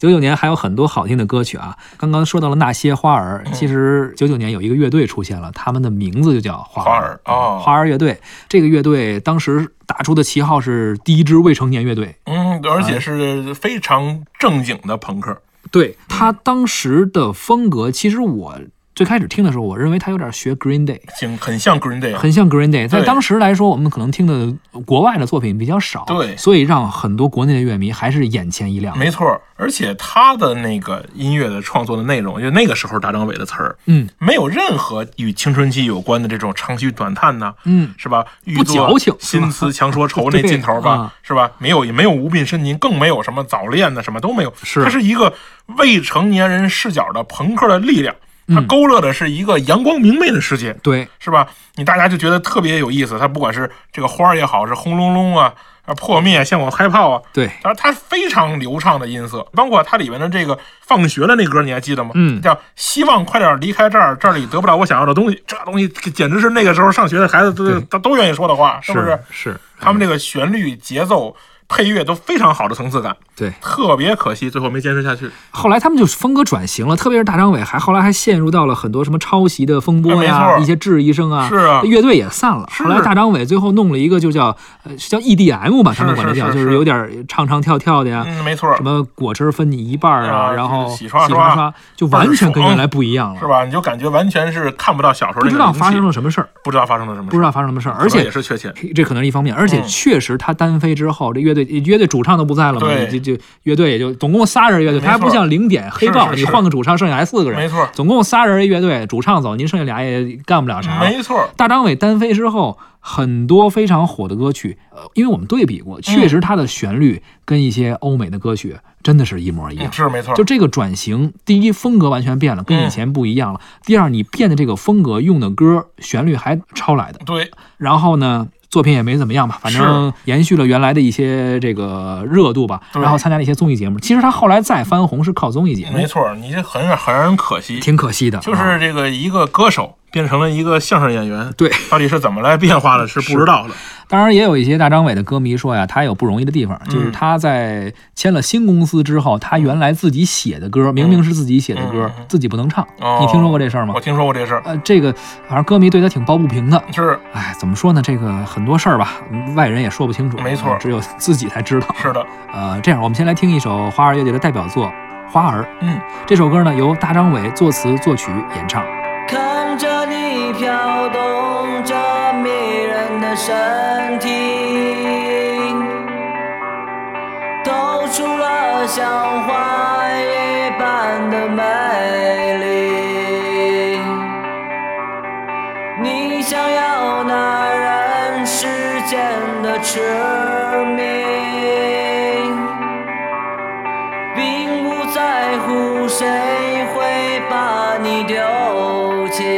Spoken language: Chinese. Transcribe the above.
九九年还有很多好听的歌曲啊，刚刚说到了那些花儿，嗯其实九九年有一个乐队出现了，他们的名字就叫花花儿哦花儿乐队。这个乐队当时打出的旗号是第一支未成年乐队，嗯，而啊且是非常正经的朋克，对他当时的风格，其实我最开始听的时候，我认为他有点学 Green Day。挺很像 Green Day，很像 Green Day，在嗯对当时来说，我们可能听的国外的作品比较少，对所以让很多国内的乐迷还是眼前一亮。没错。而且他的那个音乐的创作的内容，就那个时候大张伟的词儿，嗯没有任何与青春期有关的这种长吁短叹呐、嗯，是吧？不矫情是吧心思强说愁 那对劲头吧，啊是吧？没有，也没有无病呻吟，更没有什么早恋的，什么都没有。是它是一个未成年人视角的朋克的力量，它嗯勾勒的是一个阳光明媚的世界，对，是吧？你大家就觉得特别有意思。它不管是这个花儿也好，是轰隆隆啊，啊破灭，向我开炮啊，对，然后它非常流畅的音色，包括它里面的这个放学的那歌，你还记得吗？嗯叫“希望快点离开这儿，这里得不到我想要的东西”。这东西简直是那个时候上学的孩子都对都都愿意说的话，是不是？是，他们这个旋律、节奏、配乐都非常好的层次感，对。特别可惜最后没坚持下去。后来他们就风格转型了，特别是大张伟，还后来还陷入到了很多什么抄袭的风波哎没呀，错一些质疑声啊，是啊乐队也散了。是后来大张伟最后弄了一个就叫呃是叫 EDM 吧，他们管它是是叫，是就是是有点唱唱跳跳的呀，嗯，没错什，么果汁分你一半儿啊啊，然后洗洗刷刷刷刷，就完全跟原来不一样了，是吧？你就感觉完全是看不到小时候不那个知道灵气发生了什么事儿，不知道发生了什么事，不知道发生什么事儿，可而能也且是缺钱。这可能是一方面，而且嗯确实他单飞之后，这乐队乐队主唱都不在了嘛，对就就乐队也就总共仨人乐队，没他还不错像零点黑豹，是是你换个主唱，剩下来四个人，没错总共仨人乐队，主唱走，您剩下俩也干不了啥了。没错，大张伟单飞之后，很多非常火的歌曲，呃，因为我们对比嗯过，确实他的旋律跟一些欧美的歌曲真的是一模一样嗯。是嗯没错，就这个转型，第一风格完全变了，跟以前不一样了。第二，你变的这个风格用的歌旋律还抄来的，对，然后呢，作品也没怎么样吧，反正延续了原来的一些这个热度吧。对然后参加了一些综艺节目。其实他后来再翻红是靠综艺节目没，错，你这很很让人可惜。嗯挺可惜的啊。就是这个一个歌手变成了一个相声演员，对，到底是怎么来变化的，是不知道的。当然也有一些大张伟的歌迷说呀，他有不容易的地方，嗯就是他在签了新公司之后，他原来自己写的嗯歌，明明是自己写的歌，自己不能唱。哦你听说过这事儿吗我？听说过这事儿，呃，这个反正歌迷对他挺抱不平的。是哎，怎么说呢？这个很多事儿吧，外人也说不清楚，嗯没错只有自己才知道。是的，呃，这样我们先来听一首花儿乐队的代表作《花儿》。嗯，这首歌呢由大张伟作词作曲演唱。看着你飘动着迷人的身体，透出了像花一般的美丽。你想要那人世间的痴迷。并不在乎谁会把你丢弃。啊